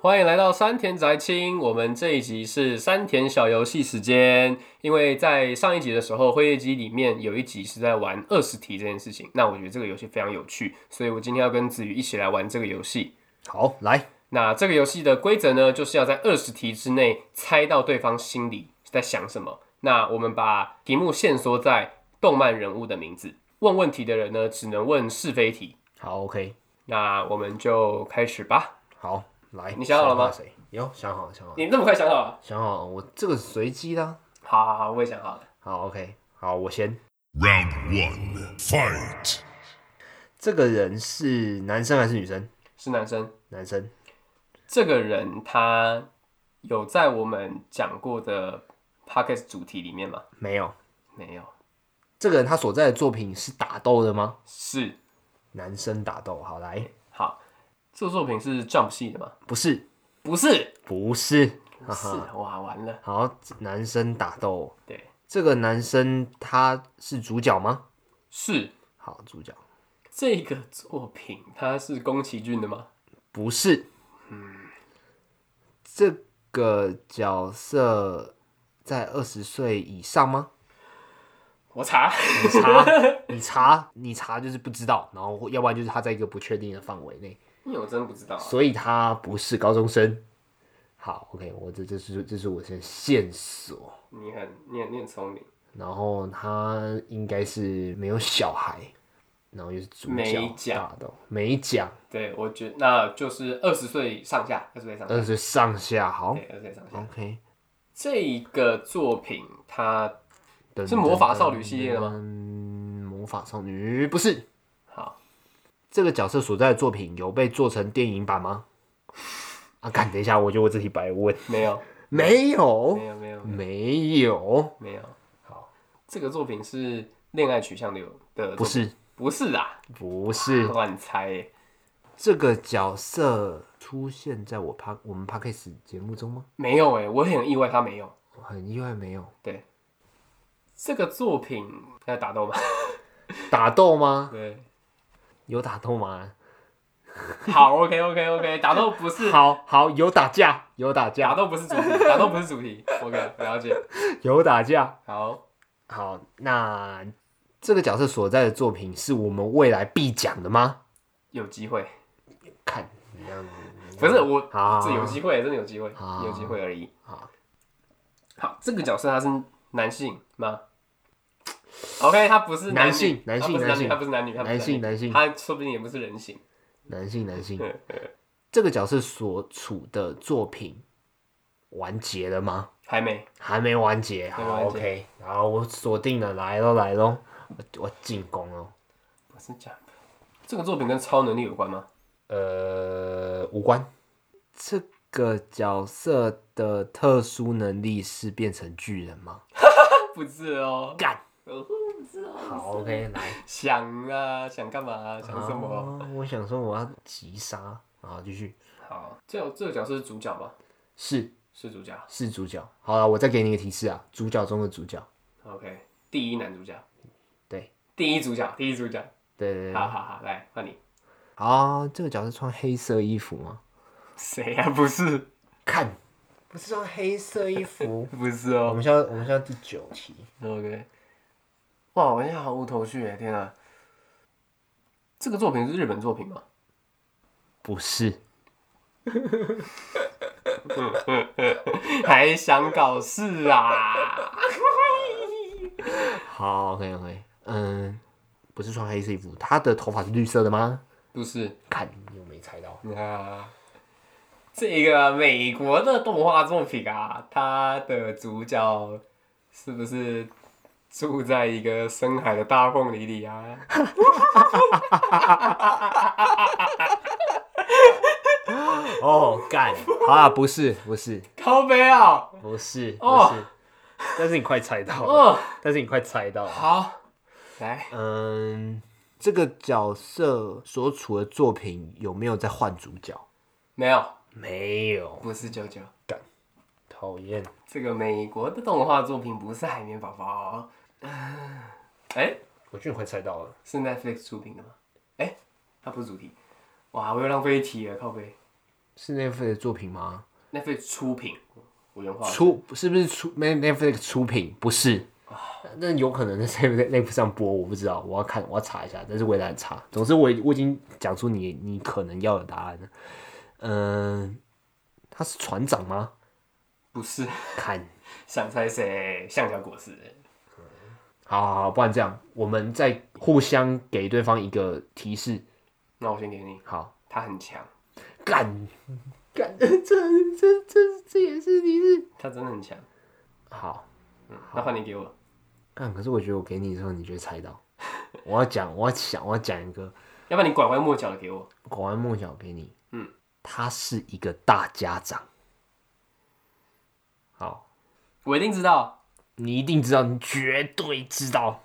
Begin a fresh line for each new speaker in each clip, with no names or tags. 欢迎来到山田宅青，我们这一集是山田小游戏时间。因为在上一集的时候，会议机里面有一集是在玩二十题这件事情，那我觉得这个游戏非常有趣，所以我今天要跟子瑜一起来玩这个游戏。
好，来，
那这个游戏的规则呢，就是要在二十题之内猜到对方心里在想什么。那我们把题目限缩在动漫人物的名字，问问题的人呢，只能问是非题。
好，OK，
那我们就开始吧。
好，来，
你想好了吗
想画谁？有，想好了，想好了，
你那么快想好了？
想好了，我这个随机的啊。
好好好，我也想好了。
好，OK，好，我先。
Round one, fight.
这个人是男生还是女生？
是男生。
男生。
这个人他有在我们讲过的 podcast 主题里面吗？
没有。
没有，
这个人他所在的作品是打斗的吗？
是
男生打斗。好，来，
好，这作品是 Jump 系的吗？
不是，
不是，
不是，
不是，哇，完了，
好，男生打斗。
对，
这个男生他是主角吗？
是
好，主角。
这个作品，它是宫崎骏的吗？
不是。嗯，这个角色在二十岁以上吗？
我查，
你查， 你查，你查，就是不知道，然后要不然就是他在一个不确定的范围内，
因为我真的不知道、啊。
所以他不是高中生。好，OK，我这这是这是我的线索，
你很，你很，你很聪明，
然后他应该是没有小孩，然后又是主
美
角
甲
大的美甲，
对我觉得那就是二十岁上下，二十岁上下，
二十上下，好
对，二十岁上下。
，OK，
这一个作品，它
是
是魔法少女系列的吗
魔法少女不是
好，
这个角色所在的作品有被做成电影版吗？啊，干，等一下，我觉得我自己白问，
没有，
没有
没，有，没有，
没有，
没有。
好，
这个作品是恋爱取向的有的，
不，是，
不是啊，
不是，
乱猜耶。
这个角色出现在我 p 我们 p o d c a s 节目中吗？
没有哎，我也很意外他没有。
很意外，没有
对，这个作品要打斗吗？
打斗吗？
对，
有打斗吗？
好，OK OK OK，打斗不是
好好，有打架，有打
打
架，
斗不是主题， 打斗不是主题。OK，了解。
有打架。
好，
好，那这个角色所在的作品是我们未来必讲的吗？
有机会，
看，你这样子
不是我，
好
这有机会，真的有机会
好，
有机会而已。
好，
好，这个角色他是男性吗？OK，他不是
男
女
性
他
男性
不是
男性
他不是男女，他不是
男性
女
男性
他说不定也不是人形。
男性男性， 这个角色所处的作品完结了吗？
还没，
还没完结，
没
好
完结
，OK，然后我锁定了，来咯来咯，我我进攻咯。
我是 Jump。这个作品跟超能力有关吗？
呃，无关。这个角色的特殊能力是变成巨人吗？
不是哦，
干，
哦
好，OK，来，
想啊，想干嘛、想什么？
啊我想说我要急杀，然后继续
好，这个这个角色是主角吧？
是
是主角。
是主角。好了，我再给你一个提示啊，主角中的主角。
OK，第一男主角，
对，
第一主角，第一主角。
对对对。
好好好，来换你。
啊，这个角色穿黑色衣服吗？
谁呀、啊？不是，。
看，不是穿黑色衣服
不是
我
哦。
们现在我们现在第九题，
OK，哇，我现在毫无头绪耶！天啊，这个作品是日本作品吗？
不是
还想搞事啊？
好，OK OK，嗯，不是穿黑色衣服，他的头发是绿色的吗？
不是
看，你又没猜到，
啊， 这个美国的动画作品啊，它的主角是不是住在一个深海的大凤梨里啊？
哦，干，好啦，不是，不是，
靠背啊！
不是，不
哦
是，但是你快猜到了，
哦，
但是你快猜到了，
好，来，
嗯，这个角色所处的作品有没有在换主角？
没有，
没有，
不是九九，
讨厌，
这个美国的动画作品不是海绵宝宝 哦。哎、
我觉得你快猜到了。
是 Netflix 出品的吗？哎、它不是主题。哇，我又浪费一题了，靠背。
是 Netflix 的作品吗？
Netflix 出品，我原话
出是不是出 Net- Netflix 出品？不是，那有可能在 Netflix 上播，我不知道，我要看，我要查一下，但是我也懒得查。总之我已，我已经讲出你你可能要的答案了。嗯、他是船长吗？
不是
看，
想猜谁？橡胶果实。
好好好，不然这样，我们再互相给对方一个提示。
那我先给你，
好，
他很强，
干 干，这这这这也是提示。
他真的很强。
好，
嗯，那换你给我，
干，可是我觉得我给你的时候，你就会猜到。我要讲，我要想，我要讲一个。
要不然你拐弯抹角的给我。
拐弯抹角给你，
嗯，
他是一个大家长。好，
我一定知道
你一定知道，你绝对知道，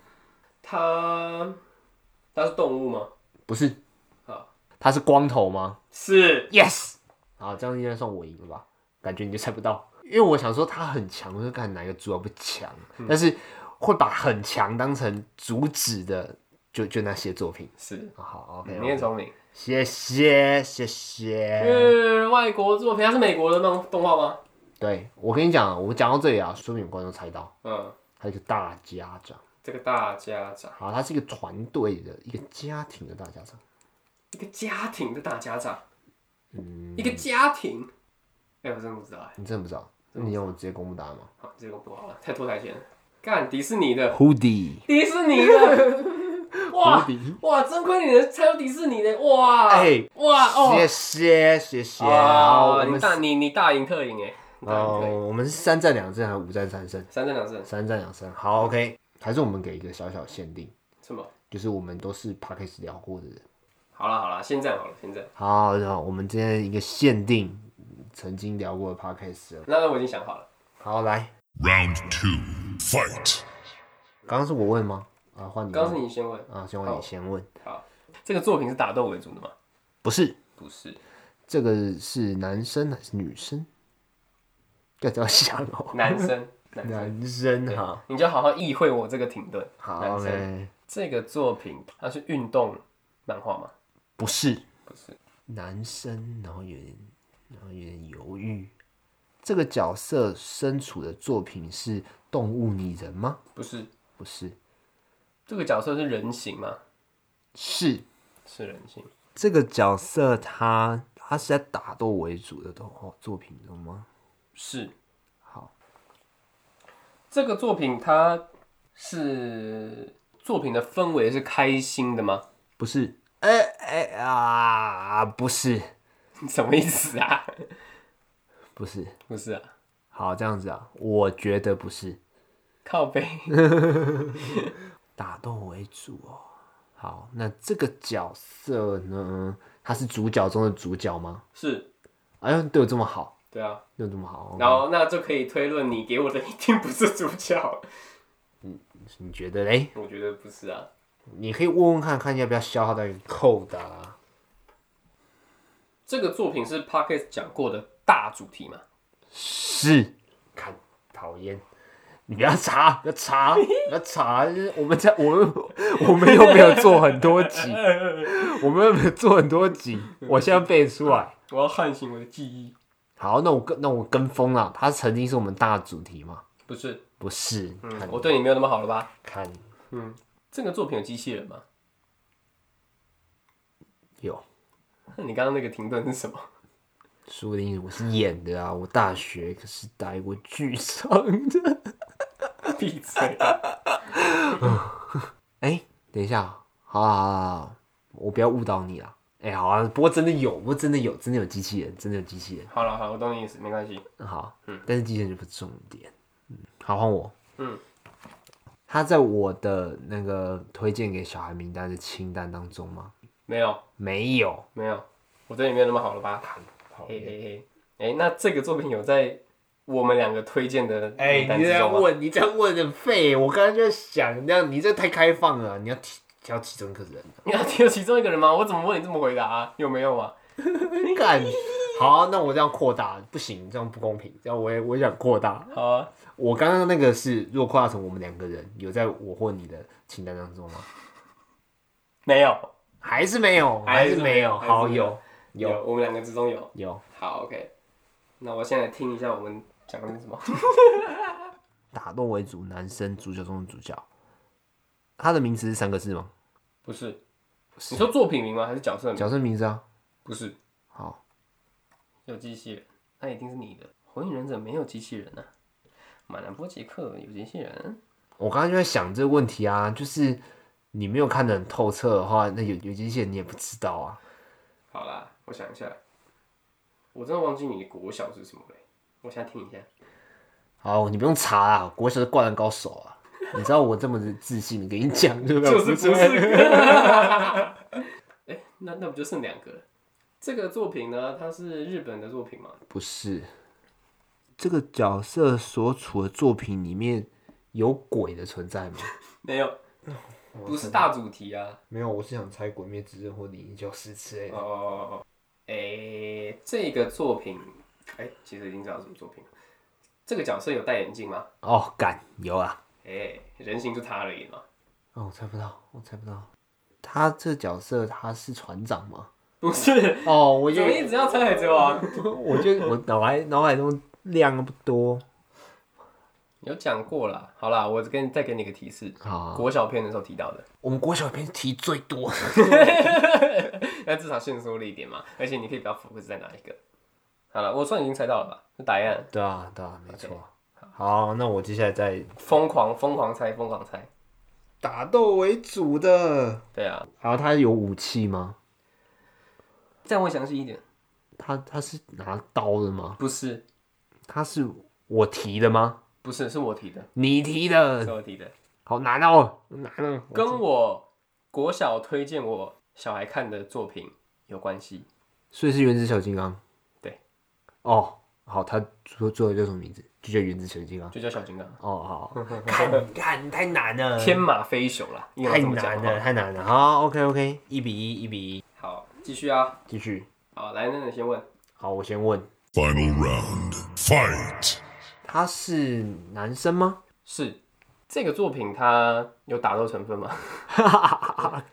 他，他是动物吗？
不是？
好，
他是光头吗
是
？Yes。好，这样应该算我赢了吧？感觉你就猜不到，因为我想说他很强，我就看哪个主要不强，
嗯
但是会把很强当成主旨的，就就那些作品。哦
是，
好，OK，
嗯你很聪明。
谢谢谢
嗯
谢。
是外国作品，他是美国的动动画吗？
对我跟你讲，我讲到这里啊，说不定有观众猜到，
嗯，
他是个大家长。
这个大家长，
好，他是一个团队的一个家庭的大家长，
一个家庭的大家长，嗯，一个家庭。哎、我真的不知道哎、
你真的不知道？那你让我直接公布答案吗
好，这个不好了，太拖台前了。干迪士尼的，
？Hoodie，
迪士尼的，哇
无敌
哇，真亏你能猜到迪士尼的，哇，
哎
哇哦，
谢谢谢谢。好
哦
我，
你
们
大你你大赢特赢哎，你大赢特赢，
哦，我们是三战两胜还是五战三胜？
三战两胜，
三战两胜，好，OK。还是我们给一个小小限定，
什么？
就是我们都是 p a c k a g e 聊过的人。
好了好了，先这样好了，先这样。
好，然后我们今天一个限定曾经聊过的 p a c k a g e
那那我已经想好了，
好，来，
Round two. Fight.
刚刚是我问吗？啊，换你问。
刚刚是你先问，
啊，先问你先问，
好，这个作品是打斗为主的吗？
不是。
不是，
这个是男生还是女生？要这样想哦，
男生，男生，
男生哈。
你就好好意会我这个停顿。
好
男生，
嘞，
这个作品它是运动漫画吗？
不是
不是，
男生，然后有点，然后有点犹豫。这个角色身处的作品是动物拟人吗？
不是，
不是，
这个角色是人形吗？
是
是人形，
这个角色他他是在打斗为主的动画作品中吗？
是。
好，
这个作品它是作品的氛围是开心的吗？
不是，哎哎啊，不是
什么意思啊？
不是，
不是啊，
好这样子啊，我觉得不是。
靠背
打斗为主哦。好，那这个角色呢？他是主角中的主角吗？
是，
哎呦，对我这么好，
对啊。
对我这么好，
然后那就可以推论你给我的一定不是主角，
你觉得嘞？
我觉得不是啊。
你可以问问看看要不要消耗到一个扣的、啊，
这个作品是 Pocket 讲过的大主题嘛？
是，看讨厌。你不要查，不要查，不要查！就是我们在，我们我们又没有做很多集，我们又没有做很多集，我现在背出来。
我要唤醒我的记忆，
好，那我跟那我跟风了。他曾经是我们大主题嘛？
不是？
不是，看
嗯，我对你没有那么好了吧？
看
嗯，这个作品有机器人吗？
有，
那你刚刚那个停顿是什么？
说不定我是演的啊！我大学可是待过剧场的。
闭嘴！
哎、等一下，好好好好好，我不要误导你啦。哎、好啊，不过真的有，不过真的有，真的有机器人，真的有机器人。
好了好了，我懂你意思，没关系。
嗯好，但是机器人就不是重点。嗯，好，换我。
嗯，
他在我的那个推荐给小孩名单的清单当中吗？
没有
没有。
没有，我对你没有那么好了吧？
好
嘿嘿嘿，哎、那这个作品有在我们两个推荐的
哎、
名单
你这
之
样
中吗？
问，你这样问很废。我刚刚就在想，这样你这太开放了，你要提挑其中一个人。
你要提有其中一个人吗？我怎么问你这么回答、啊？有没有啊？
干，好啊、那我这样扩大不行，这样不公平。这样我也我也想扩大。
好啊，
我刚刚那个是，如果扩大成我们两个人，有在我或你的清单当中吗？
没有。
还是没有？
还
还
是
是
没
没
有
有？
还是没有
好有，有
我们两个之中有。
有
好，OK，那我现在听一下我们讲的是什么。
打斗为主，男生足球中的主角，他的名词是三个字吗？
不是，你说作品名吗？还是角色名？
角色名字啊，
不是，
好，
有机器人，那一定是你的。火影忍者没有机器人呐、啊，马南波杰克有机器人。
我刚刚就在想这个问题啊，就是你没有看得很透彻的话，那有有些线你也不知道啊。
好啦，我想一下，我真的忘记你的国小是什么嘞。我现在听一下，
好，你不用查啊，国小是灌篮高手啊。你知道我这么自信，跟你讲对吧？
呃 就是不是个。哎、那那不就剩两个了？这个作品呢，它是日本的作品嘛？
不是，这个角色所处的作品里面有鬼的存在吗？
没有，不是大主题啊。
没有，我是想猜《鬼灭之刃》或《灵异教师》之类
哦。哦哦哦，哎、这个作品，哎、其实已经知道什么作品了。这个角色有戴眼镜吗？
哦，敢有啊！
哎、人形就他而已嘛。
哦，我猜不到，我猜不到。他这角色他是船长吗？
不是，
哦，我
怎
就
么一直要猜海贼王？
我就我脑海脑海中量不多。
有讲过啦，好啦，我跟再给你一个提示，
好
国小片的时候提到的，
我们国小篇题最多。
那至少限缩了一点嘛，而且你可以比较 focus 在哪一个。好了，我算已经猜到了吧？是答案，
对啊，对啊，没错。好，那我接下来再
疯狂疯狂猜，疯狂猜，
打斗为主的。
对啊，
然后他有武器吗？
这样会详细一点。
他他是拿刀的吗？
不是，
他是我提的吗？
不是，是我提的，
你提
是
的，
我提的，
好难哦，难哦。
跟我国小推荐我小孩看的作品有关系。
所以是原子小金刚。
对。
哦，好，他最最后叫什么名字？就叫原子小金刚。
就叫小金刚，
哦，好。 看，看，太难了，
天马飞手啦，应该
太
要这么讲
难了，。太难了。好，OK，OK，、一比一，一比一，
好，继续啊，
继续。
好，来，那你先问，
好，我先问，
Final round. Fight.
他是男生吗？
是这个作品它有打斗成分吗？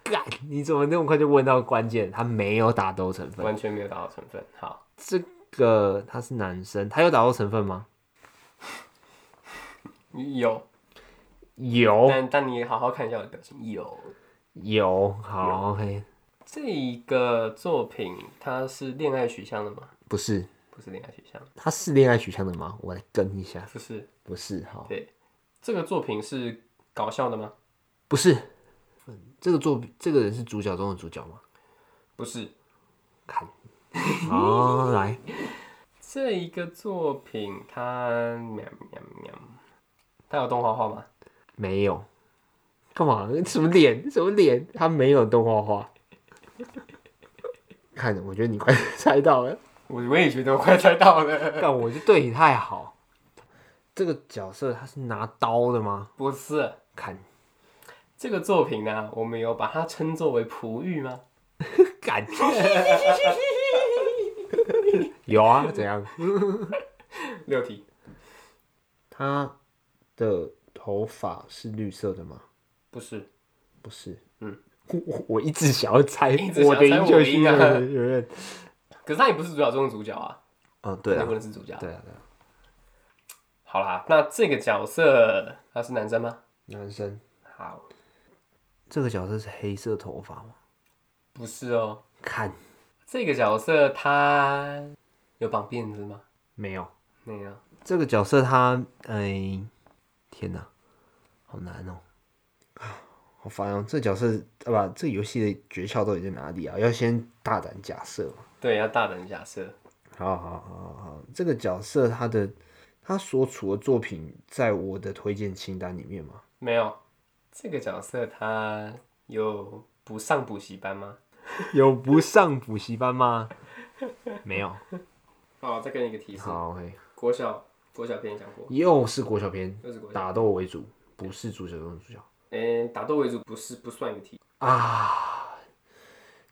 干，你怎么那么快就问到关键？他没有打斗成分。
完全没有打斗成分。好，
这个他是男生，他有打斗成分吗？
有，
有，
但但你好好看一下我的表情。有
有。好，OK，
这个作品，它是恋爱取向的吗？
不是，
不是恋爱取向，
他是恋爱取向的吗？我来跟一下，
不是。
不是，好，
对，这个作品是搞笑的吗？
不是。这个作这个人是主角中的主角吗？
不是。
看， 哦，来，
这一个作品，它喵喵喵，它有动画化吗？
没有，干嘛？什么脸？什么脸？他没有动画化。看，我觉得你快 猜到了，
我我也觉得我快猜到了，
但我就对你太好。这个角色他是拿刀的吗？
不是。
看，
这个作品呢，我们有把它称作为璞玉吗？
敢？ 有啊，怎样？
六题，
他的头发是绿色的吗？
不是，
不是，
嗯
我，我 我一直想要猜
直想
我
要
的
猜
英
我
雄
的
学
赢啊
院学院。
可是它也不是主角中的主角啊，
嗯，对
也
啊
不，能是主角。
对啊，对啊，
好啦，那这个角色他是男生吗？
男生
好，
这个角色是黑色头发吗？
不是哦。
看，
这个角色他有绑辫子吗？
没有。
没有。
这个角色他，哎、天哪，好难哦、好烦哦、这个角色啊，不，这个游戏的诀窍到底在哪里啊？要先大胆假设嘛。
对，要大胆假设，
好好好好，这个角色他的他所处的作品在我的推荐清单里面吗？
没有。这个角色他有不上补习班吗？
有不上补习班吗？ 没有。
哦，再给你一个提示，
好，OK，
国小国小篇讲过，
又是国小篇
又是国，小
打斗为主，不是足球中的主角
诶，打斗为主不是不算一个题，
啊。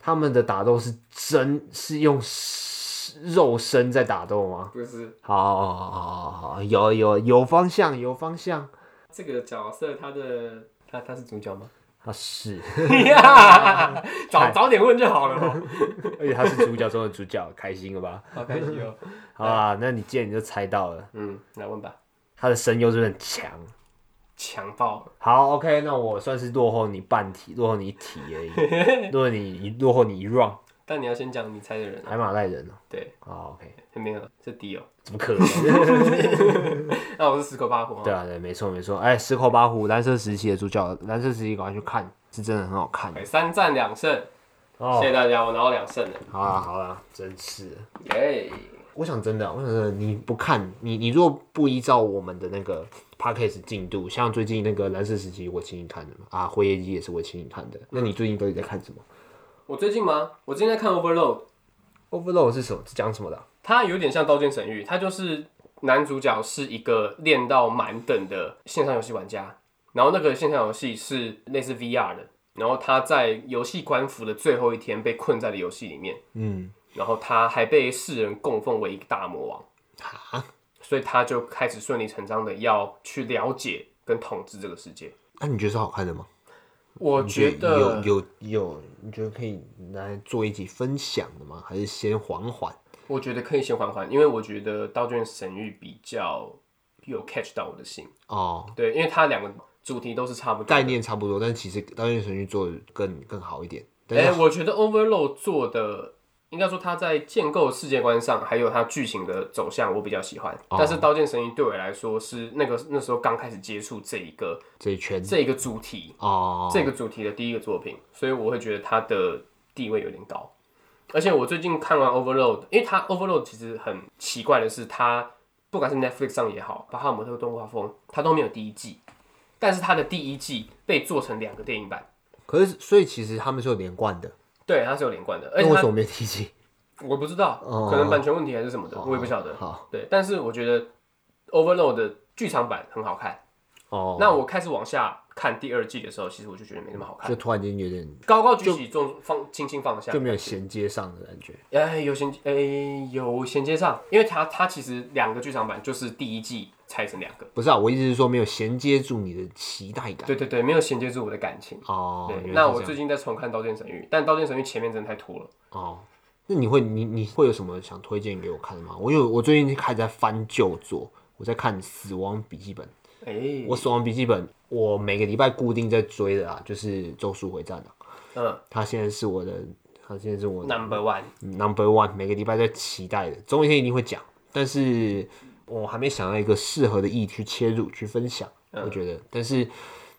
他们的打斗是真是用是肉身在打斗吗？
不是
好，好，好，好，好，有有有方向，有方向。
这个角色他的他他是主角吗？
他啊是，
早早点问就好了哦。
而且他是主角中的主角，开心了吧？
好开心哦。
好啊，那你既然你就猜到了，
嗯，来问吧。
他的声优是不是很强？
强暴，
好，OK，那我算是落后你半题，落后你一题而已，落后你落后你一 round，
但你要先讲你猜的人啊。
海马赖人哦、
对，
好，OK，
没有，是迪哦。
怎么可能？
那我是十口八虎
对
啊。
啊，对，没错没错，哎、石口八虎蓝色时期的主角，蓝色时期赶快去看，是真的很好看。
OK，三哎战两胜，
哦
谢谢大家，我拿到两胜了。
好啦好啦，真是的，
耶，
我想真的，啊我想真的，你不看，你你若不依照我们的那个 p a c k a g e 进度，像最近那个蓝色时期我请你看的嘛，啊，辉夜姬也是我请你看的，那你最近到底在看什么
我最近吗？我最近在看 Overload，
？Overload 是什么？是讲什么的啊、
它有点像《刀剑神域》，它就是男主角是一个练到满等的线上游戏玩家，然后那个线上游戏是类似 VR 的，然后他在游戏官服的最后一天被困在了游戏里面，
嗯，
然后他还被世人供奉为一个大魔王，
哈，
所以他就开始顺理成章的要去了解跟统治这个世界。
那、啊你觉得是好看的吗？
我觉得
有有有，你觉得可以拿来做一集分享的吗？还是先缓缓？
我觉得可以先缓缓，因为我觉得《刀剑神域》比较有 catch 到我的心，
哦，
对，因为它两个主题都是差不多的
概。念差不多，但其实刀剑神域做的更更好一点。但
哎、
是
我觉得 Overload 做的，应该说它在建构世界观上，还有它剧情的走向，我比较喜欢。但
哦
是《刀剑神域》对我来说是那个那时候刚开始接触这一个
这一圈
这一个主题、
哦，
这个主题的第一个作品，所以我会觉得它的地位有点高。而且我最近看完 Overload，因为它 Overload 其实很奇怪的是，它不管是 Netflix 上也好，巴哈姆特动画风，它都没有第一季，但是它的第一季被做成两个电影版，
可是所以其实他们是有连贯的，
对，它是有连贯的，而
那
且
为
它
什么没提及？
我不知道，
哦
可能版权问题还是什么的，我也不晓得。
好
对，但是我觉得 Overload 的剧场版很好看。
哦，
那我开始往下看第二季的时候，其实我就觉得没那么好看
就，突然间有点
高高举起，重放轻轻放下
就。没有衔接上的感觉。
哎，有衔哎有衔接上，因为它它其实两个剧场版就是第一季拆成两个，
不是啊，我意思是说没有衔接住你的期待感。
对对对，没有衔接住我的感情。
哦，
对，
原来
那
是
我
这样
最近在重看《刀剑神域》，但《刀剑神域》前面真的太拖了。
哦，那你会你你会有什么想推荐给我看的吗？我有我最近开始在翻旧作，我在看《死亡笔记本》。
哎，
我《死亡笔记本》我每个礼拜固定在追的啊，就是《咒术回战》啊，
嗯
它现在是我的，它现在是我的
，Number One，
number one，每个礼拜在期待的，总有一天一定会讲，但是我还没想到一个适合的意义去切入去分享，我觉得，但是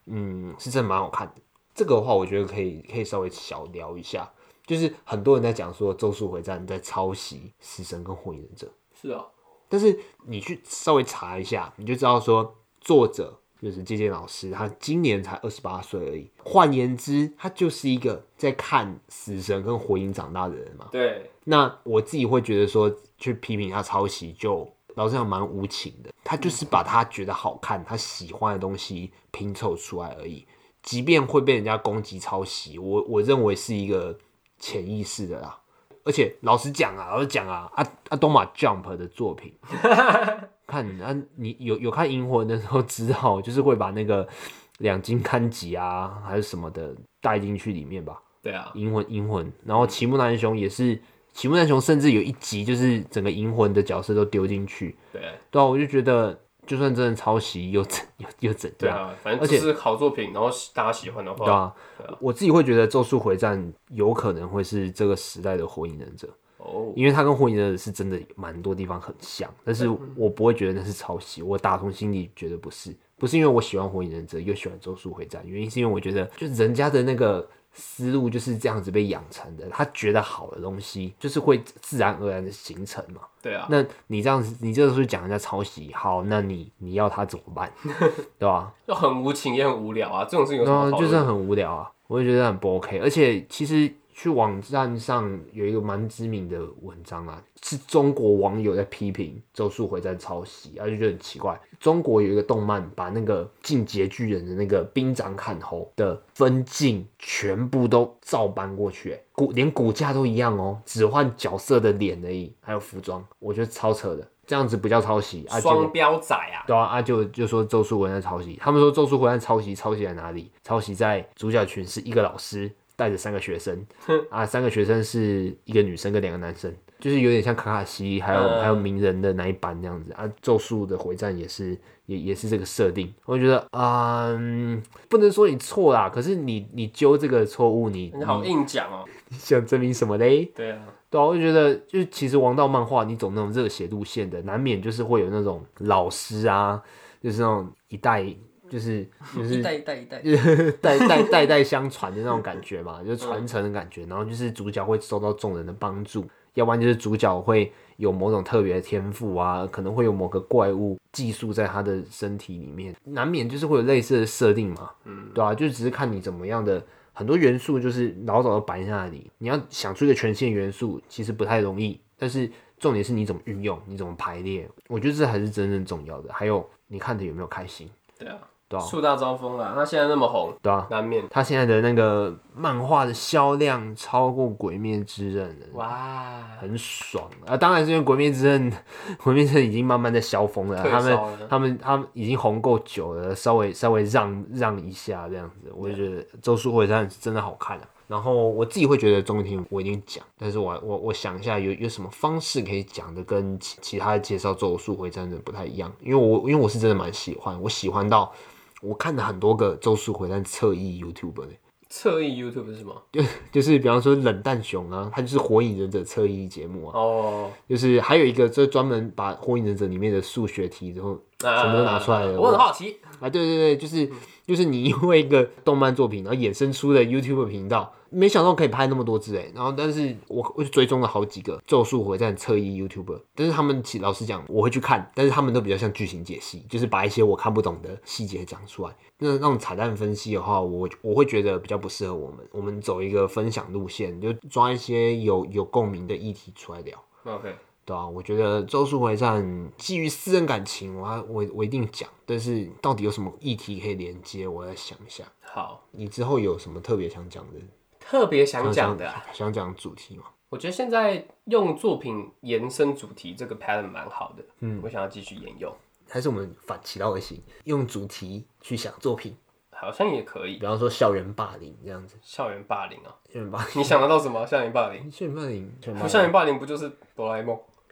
嗯，是真的蛮好看的。这个的话，我觉得可以可以稍微小聊一下，就是很多人在讲说《咒术回战》在抄袭《死神》跟《火影忍者》，
是哦，
但是你去稍微查一下，你就知道说作者就是借鉴老师，他今年才二十八岁而已。换言之，他就是一个在看《死神》跟《火影》长大的人嘛。
对，
那我自己会觉得说，去批评他抄袭就。老实讲，蛮无情的。他就是把他觉得好看、他喜欢的东西拼凑出来而已。即便会被人家攻击抄袭，我我认为是一个潜意识的啦。而且老实讲啊，老实讲啊，阿阿东马 Jump 的作品，看啊，你有有看《银魂》的时候知道，就是会把那个两金刊集啊，还是什么的带进去里面吧。
对啊，
银魂银魂，然后齐木楠雄也是，齐木楠雄甚至有一集就是整个银魂的角色都丢进去，
对。
对啊，我就觉得就算真的抄袭又怎又又怎
对
样，
啊，反正
而且
就是好作品，然后大家喜欢的
对
话，
啊，我自己会觉得《咒术回战》有可能会是这个时代的《火影忍者》，
哦，
因为它跟《火影忍者》是真的蛮多地方很像，但是我不会觉得那是抄袭，我打从心里觉得不是，不是因为我喜欢《火影忍者》又喜欢《咒术回战》，原因是因为我觉得就人家的那个思路就是这样子被养成的，他觉得好的东西就是会自然而然的形成嘛。
对啊，
那你这样子，你这时候讲人家抄袭，好，那你你要他怎么办，对吧？
就很无情也很无聊啊，这种事情有什
然后
么好
就是
论？
很无聊啊，我就觉得很不 OK。而且其实去网站上有一个蛮知名的文章啊，是中国网友在批评《咒术回战》抄袭，而且觉得很奇怪。中国有一个动漫把那个《进阶巨人》的那个兵长砍头的分镜全部都照搬过去、欸骨连骨架都一样哦，只换角色的脸而已，还有服装，我觉得超扯的。这样子不叫抄袭啊？结果
双标仔啊，
对啊，啊就就说《咒术回战》抄袭，他们说《咒术回战》抄袭，抄袭在哪里？抄袭在主角群是一个老师带着三个学生，啊，三个学生是一个女生跟两个男生，就是有点像卡卡西还有、
嗯
还有鸣人的那一班这样子啊。《咒术》的回战也是也也是这个设定，我觉得啊、嗯，不能说你错啦，可是你你揪这个错误，你
你好
你
硬讲哦。
你想证明什么嘞？
对啊，
对啊，我就觉得，就是其实王道漫画，你走那种热血路线的，难免就是会有那种老师啊，就是那种一代，就是就
一
是
代一代一代，
代代代代相传的那种感觉嘛，就是传承的感觉。然后就是主角会受到众人的帮助，要不然就是主角会有某种特别的天赋啊，可能会有某个怪物寄宿在他的身体里面，难免就是会有类似的设定嘛，嗯，对啊，就只是看你怎么样的。很多元素就是老早的摆在那里，你要想出一个全新的元素，其实不太容易。但是重点是你怎么运用，你怎么排列，我觉得这才是真正重要的。还有你看的有没有开心，
对啊，
对啊
树大招风啊，那现在那么红，
对吧、啊
难免
他现在的那个漫画的销量超过《鬼灭之刃》了，
哇，
很爽啊！当然是因为《鬼灭之刃》，《 鬼灭之刃》已经慢慢在消风了，
退
他
烧
们
了
他们他们已经红够久了，稍微稍微让让一下这样子，我就觉得《咒术回战》是真的好看啊。然后我自己会觉得中庭我一定讲，但是我我我想一下有有什么方式可以讲的跟其其他介绍《咒术回战》的不太一样，因为我因为我是真的蛮喜欢，我喜欢到我看了很多个《咒术回战》侧翼 YouTube 呢。
侧翼 YouTube 是什么？
就是比方说冷淡熊啊，它就是火影忍者侧翼节目啊，
哦，
就是还有一个就专门把火影忍者里面的数学题然后
什
什么都拿出来了
我很好奇，
啊，对对对，就是 就是你因为一个动漫作品，然后衍生出的 YouTube 频道，没想到可以拍那么多支哎，然后但是我我就追踪了好几个《咒术回战》侧翼 YouTuber，但是他们其老实讲我会去看，但是他们都比较像剧情解析，就是把一些我看不懂的细节讲出来。那那种彩蛋分析的话，我我会觉得比较不适合我们，我们走一个分享路线，就抓一些有有共鸣的议题出来聊。
OK，
对啊，我觉得《咒术回战》基于私人感情，我还我我一定讲，但是到底有什么议题可以连接，我来想一下。
好，
你之后有什么特别想讲的？
特别想讲的啊、
想想讲主题吗？
我觉得现在用作品延伸主题这个 pattern 蛮好的，嗯，我想要继续沿用，
还是我们反其道而行，用主题去想作品，
好像也可以
比。方说校园霸凌这样子。
校园霸凌 啊，
校园霸
你想得到什么？校园霸凌？
凌，校园霸凌，校园
不，校园霸凌不就是哆啦 A 梦？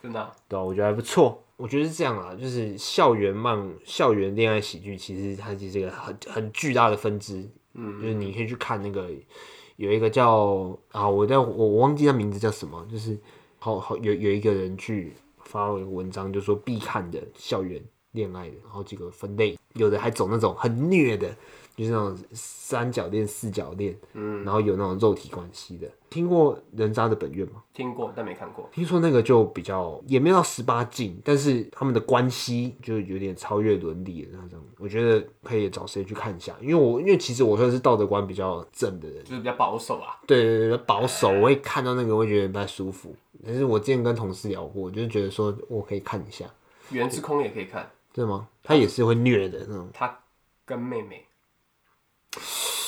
真的啊、
对啊，我觉得还不错。我觉得是这样啊，就是校园漫、校园恋爱喜剧，其实它是这个很很巨大的分支。嗯，就是你可以去看那个有一个叫啊，我在我我忘记他名字叫什么，就是好好有有一个人去发了一个文章，就说必看的校园恋爱的好几个分类，有的还走那种很虐的，就是那种三角恋、四角恋，嗯，然后有那种肉体关系的。听过人渣的本愿吗？
听过但没看过。
听说那个就比较也没有到十八禁，但是他们的关系就有点超越伦理的那种。我觉得可以找谁去看一下，因为我因为其实我算是道德观比较正的人，
就是比较保守啊，
对对对对，保守，我会看到那个我会觉得不太舒服。但是我之前跟同事聊过，我就是觉得说我可以看一下，
原之空也可以看，
对吗？他也是会虐的那种，
他跟妹妹，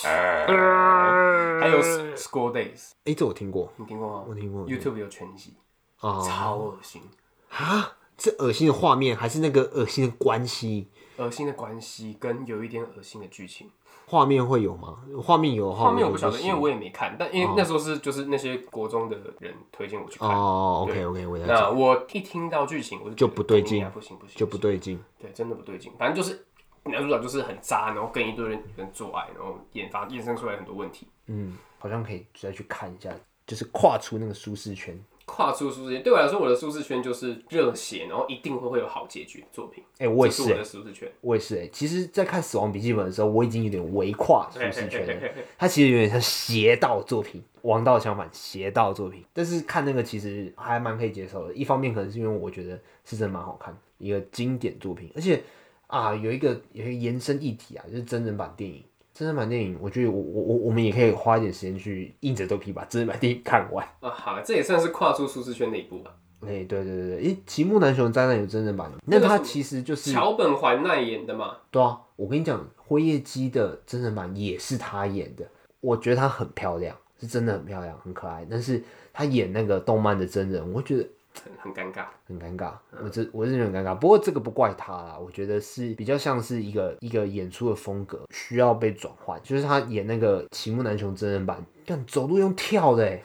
呃还有 School Days，
哎，这我听过
你听过吗？
我听过我听
YouTube 有全集，
啊，
超恶心，
啊，这恶心的画面还是那个恶心的关系，
恶心的关系跟有一点恶心的剧情。
画面会有吗？画面哦有的话，
画面我不
就
晓得，因为
行
我也没看，但因为那时候是就是那些国中的人推荐我去看。
哦
对
，OK OK，我了解。
那我一听到剧情，我就觉
就
得
不对劲
哎呀不行不行，
就不对劲。
对，真的不对劲。反正就是男主角就是很渣，然后跟一堆人人做爱，然后研发衍生出来很多问题，
嗯，好像可以再去看一下，就是跨出那个舒适圈。
跨出舒适圈。对我来说，我的舒适圈就是热血，然后一定会会有好结局的作品。
哎、我也
这
是、
是我的
欸，
舒适圈。
我也是、欸。其实，在看《死亡笔记本》的时候，我已经有点围跨舒适圈 了。它其实有点像邪道作品，王道相反，邪道作品。但是看那个其实还蛮可以接受的。一方面可能是因为我觉得是真的蛮好看，一个经典作品，而且啊，有一个有一个延伸议题啊，就是真人版电影。真人版电影，我觉得我我我我们也可以花一点时间去硬着头皮把真人版电影看完。
啊，好，这也算是跨出舒适圈的一步吧。
哎、对对对对，诶，齐木楠雄灾难有真人版，那
个
他
什么
其实就是
桥本环奈演的嘛，
对啊，我跟你讲，辉夜姬的真人版也是她演的，我觉得她很漂亮，是真的很漂亮，很可爱。但是她演那个动漫的真人，我觉得
很很尴尬。
很尴尬，
嗯
我真我真的很尴尬。不过这个不怪她啦，我觉得是比较像是一个一个演出的风格需要被转换，就是她演那个齐木楠雄真人版，干走路用跳 的、欸。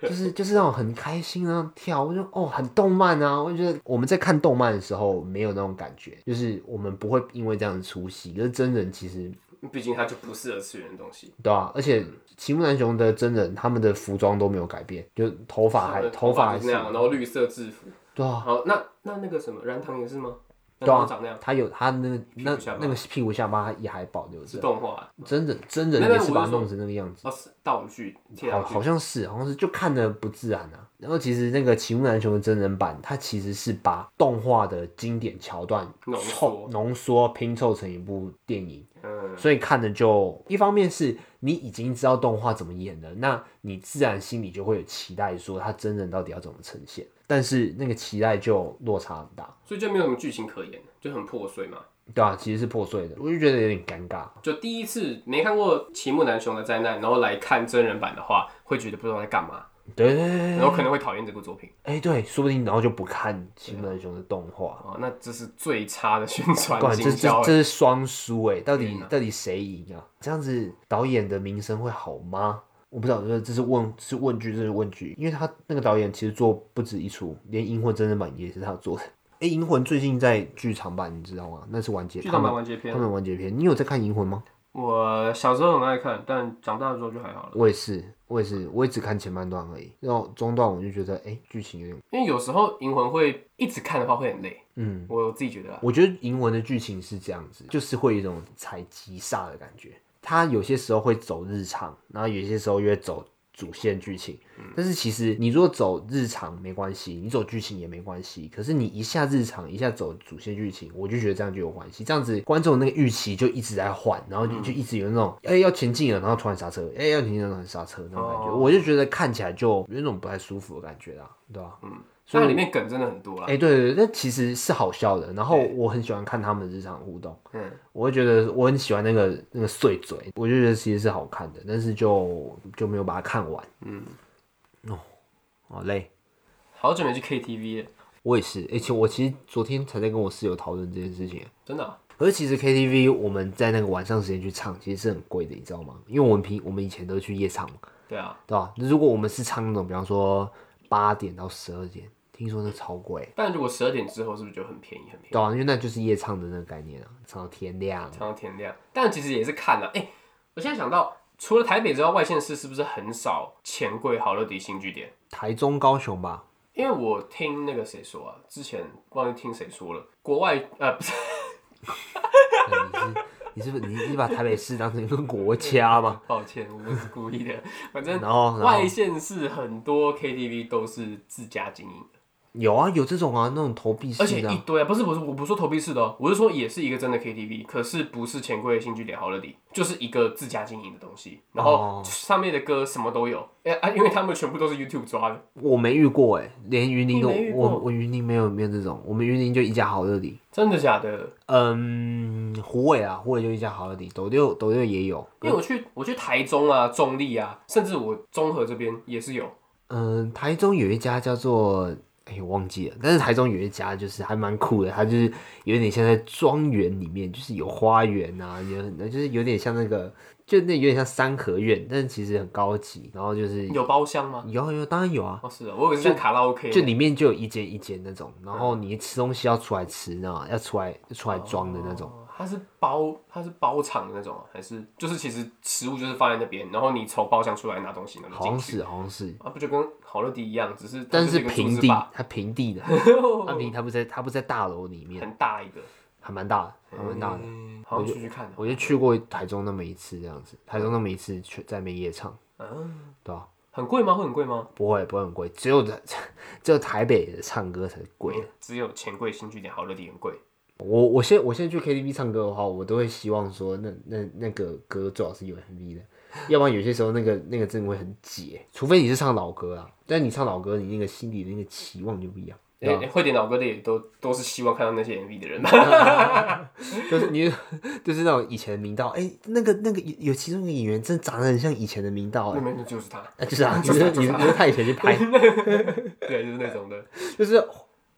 就是就是那种很开心啊，跳，我就哦很动漫啊，我就觉得我们在看动漫的时候没有那种感觉，就是我们不会因为这样出戏，可是真人其实
毕竟它就不是二次元的东西，
对啊，而且齐木楠雄的真人他们的服装都没有改变，就头发还头发还
就是是那样，然后绿色制服。
对啊
好，那那那个什么燃糖也是吗？
对
燃
啊
糖长那样，
他有他那个那
屁股下巴
那个屁股下巴也还保留
是
着，
动画啊
真人真人
没有
也是
我
把
是
它
说
弄成那个样子。
哦，是道具，贴道
好，
具
好像是，好像是，就看的不自然啊。然后其实那个《奇木男雄》的真人版，它其实是把动画的经典桥段
浓
凑
缩
浓缩拼凑成一部电影，
嗯，
所以看的就一方面是你已经知道动画怎么演了，那你自然心里就会有期待，说它真人到底要怎么呈现。但是那个期待就落差很大，
所以就没有什么剧情可言，就很破碎嘛。
对啊，其实是破碎的，我就觉得有点尴尬。
就第一次没看过《奇木南雄的灾难》，然后来看真人版的话，会觉得不知道在干嘛，
对对对对
然
对，
后可能会讨厌这部作品。
哎，对，说不定然后就不看《奇木男雄》的动画。
哦，那这是最差的宣传
管这
营
这
销
这
欸。
是双输哎，到底
天哪
到底谁赢啊？这样子导演的名声会好吗？我不知道，这这是问这是问句，这是问句，因为他那个导演其实做不止一出，连《银魂》真人版也是他做的。哎、银魂》最近在剧场版，你知道吗？那是完结，
剧场
他
版
们
完结篇
他，们完结篇。你有在看《银魂》吗？
我小时候很爱看，但长大之后就还好了。
我也是，我也是，我也只看前半段而已。然后中段我就觉得，哎、剧情有点……
因为有时候银魂会一直看的话会很累，
嗯，
我自己觉得啊。
我觉得《银魂》的剧情是这样子，就是会有一种采集煞的感觉。它有些时候会走日常，然后有些时候又会走主线剧情。但是其实你如果走日常没关系，你走剧情也没关系。可是你一下日常，一下走主线剧情，我就觉得这样就有关系。这样子观众那个预期就一直在换，
嗯
然后就就一直有那种哎、要前进了，然后突然刹车，哎、要前进了，突然刹车那种感觉。
哦
我就觉得看起来就有一种不太舒服的感觉啦，对吧、嗯，
虽然里面梗真的很多啦
哎、，对对对，那其实是好笑的。然后
对
我很喜欢看他们的日常互动，
嗯，
我会觉得我很喜欢那个那个碎嘴，我就觉得其实是好看的，但是就就没有把它看完。嗯，哦，好累。
好久没去 KTV 了，
我也是，而、且我其实昨天才在跟我室友讨论这件事情。
真的啊、
可是其实 KTV 我们在那个晚上时间去唱，其实是很贵的，你知道吗？因为我们平我们以前都去夜唱嘛，
对啊，
对吧？那如果我们是唱那种，比方说八点到十二点，听说那超贵，
但如果十二点之后是不是就很便宜很便宜？
对啊，因为那就是夜唱的那个概念啊，唱到天亮。
常常天亮，但其实也是看了、哎、我现在想到，除了台北之外，外县市是不是很少钱柜好乐迪新据点？
台中、高雄吧，
因为我听那个谁说啊，之前忘记听谁说了，国外呃不是，
你是不是你你把台北市当成一个国家 吗？
抱歉，我不是故意的， 反正
然后然后
外县市很多 KTV 都是自家经营的，
有啊，有这种啊，那种投币
而且
式的
一
啊、
堆啊，不是不是，我不是说投币式的、哦，我是说也是一个真的 KTV，可是不是钱柜的新据点好乐迪，就是一个自家经营的东西，然后
哦
上面的歌什么都有，哎、啊，因为他们全部都是 YouTube 抓的。
我没遇过哎、连云林都
你没遇过
我我云林没有没有这种，我们云林就一家好乐迪，
真的假的？
嗯，虎尾啊，虎尾就一家好乐迪，斗六斗六也有，
因为我去我去台中啊、中立啊，甚至我中和这边也是有。
嗯，台中有一家叫做。哎、我忘记了，但是台中有一家就是还蛮酷的，它就是有点像在庄园里面，就是有花园啊，有那就是有点像那个，就那有点像三合院，但是其实很高级，然后就是
有包厢吗？
有有，当然有啊，
哦，是啊，我以为是像卡拉 OK 呢。
就里面就有一间一间那种，然后你吃东西要出来吃，然后要出来要出来装的那种。
哦它是包它是包场的那种啊，还是就是其实食物就是放在那边，然后你从包厢出来拿东西，然后
好像
进去。
是，好像是，
啊，不就跟好乐迪一样，只是它
但
就是一个
平
竹
地
子坝，
它平地 的，它平它不在，它不在大楼里面，
很大一个，
还蛮大的，还蛮大的。
嗯，好像出去看了。
我就去过台中那么一次，这样子，台中那么一次去在那边夜唱，
嗯，
对吧、
很贵吗？会很贵吗？
不会不会很贵， 只有只有台北的唱歌才是贵的。啊
嗯只有钱柜新据点好乐迪很贵，
我我现我现在去 KTV 唱歌的话，我都会希望说那那那个歌最好是有 MV 的，要不然有些时候那个那个真的会很解，除非你是唱老歌啊，但你唱老歌，你那个心里的那个期望就不一样，对啊
诶
吧？
诶会点老歌的也都都是希望看到那些 MV 的人吧。
就是你 就是那种以前的明道，哎、那个那个有有其中一个演员真的长得很像以前的明道、
那
哎、
边就是他，
那就是啊，你说你说他以前去拍，
对，就是那种的。
就是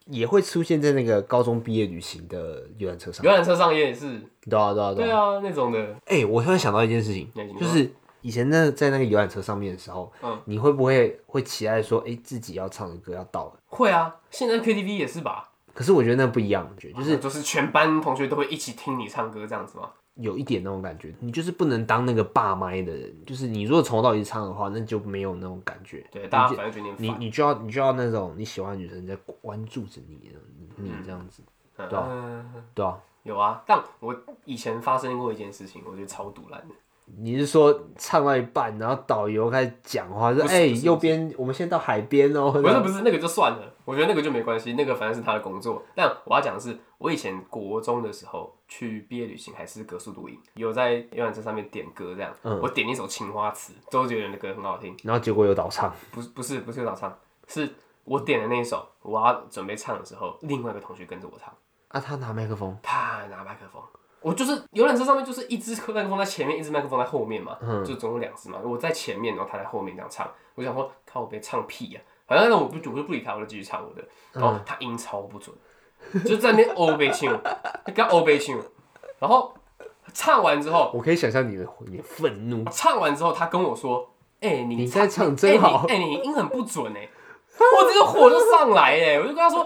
也会出现在那个高中毕业旅行的游览车上
游，览车上也是，
对啊对啊对啊
对啊，那种的。
哎、我突然想到一件事情
哎你，说
就是以前那在那个游览车上面的时候，
嗯
你会不会会期待说，哎、自己要唱的歌要到了？
会啊，现在 KTV 也是吧？
可是我觉得那不一样，我觉得就是
就是全班同学都会一起听你唱歌这样子吗？
有一点那种感觉，你就是不能当那个霸麦的人，就是你如果从头到尾唱的话，那就没有那种感觉。
对，
你
大家
就
反正觉得你
你
很烦。
你就要你就要那种你喜欢的女生在关注着你，你你这样子，对啊
嗯，
对啊。
有啊，但我以前发生过一件事情，我觉得超堵烂的。
你是说唱到一半，然后导游开始讲话，说：“
不是
哎、
不是
右边，我们先到海边哦。”
不是不是，那个就算了，我觉得那个就没关系，那个反正是他的工作。但我要讲的是，我以前国中的时候去毕业旅行还是格数独影，有在游览车上面点歌这样，我点一首《青花瓷》，周杰伦的歌很好听，
然后结果有倒唱，
不是不是不是有早唱，是我点的那一首，我要准备唱的时候，另外一个同学跟着我唱，
啊，他拿麦克风，
他拿麦克风。我就是游览车上面就是一只麦克风在前面，一只麦克风在后面嘛，就总共两只嘛。我在前面，然后他在后面这样唱。我想说，靠，我别唱屁呀、反正那我不我就不理他，我就继续唱我的。然后他音超不准，就在那边欧背唱，跟欧背唱。然后唱完之后，
我可以想象你的你的愤怒。
唱完之后，他跟我说：“哎、你
你在唱真
哎
好
你哎、你音很不准哎、 我这个火就上来哎、我就跟他说：“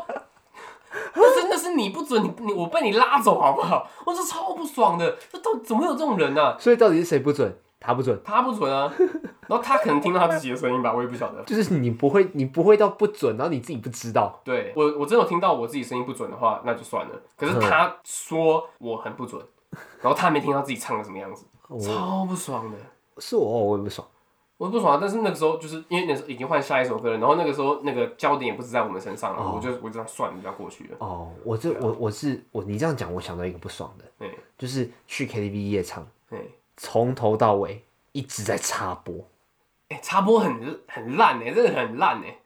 那真的是你不准，你你我被你拉走好不好？”我这超不爽的，这到怎么有这种人呢、啊？
所以到底是谁不准？他不准，
他不准啊，然后他可能听到他自己的声音吧，我也不晓得。
就是你不会，你不会到不准，然后你自己不知道。
对我我真的有听到我自己声音不准的话，那就算了。可是他说我很不准，然后他没听到自己唱的什么样子，
嗯
超不爽的。
是我，我也不爽。
我不爽啊，但是那个时候就是因为那时候已经换下一首歌了，然后那个时候那个焦点也不是在我们身上了，我就我就这样算了，就要过去了。
哦，我这我我是我，你这样讲，我想到一个不爽的，
对，
就是去 KTV 夜唱，
对，
从头到尾一直在插播。
哎、插播很很烂哎、真的很烂哎、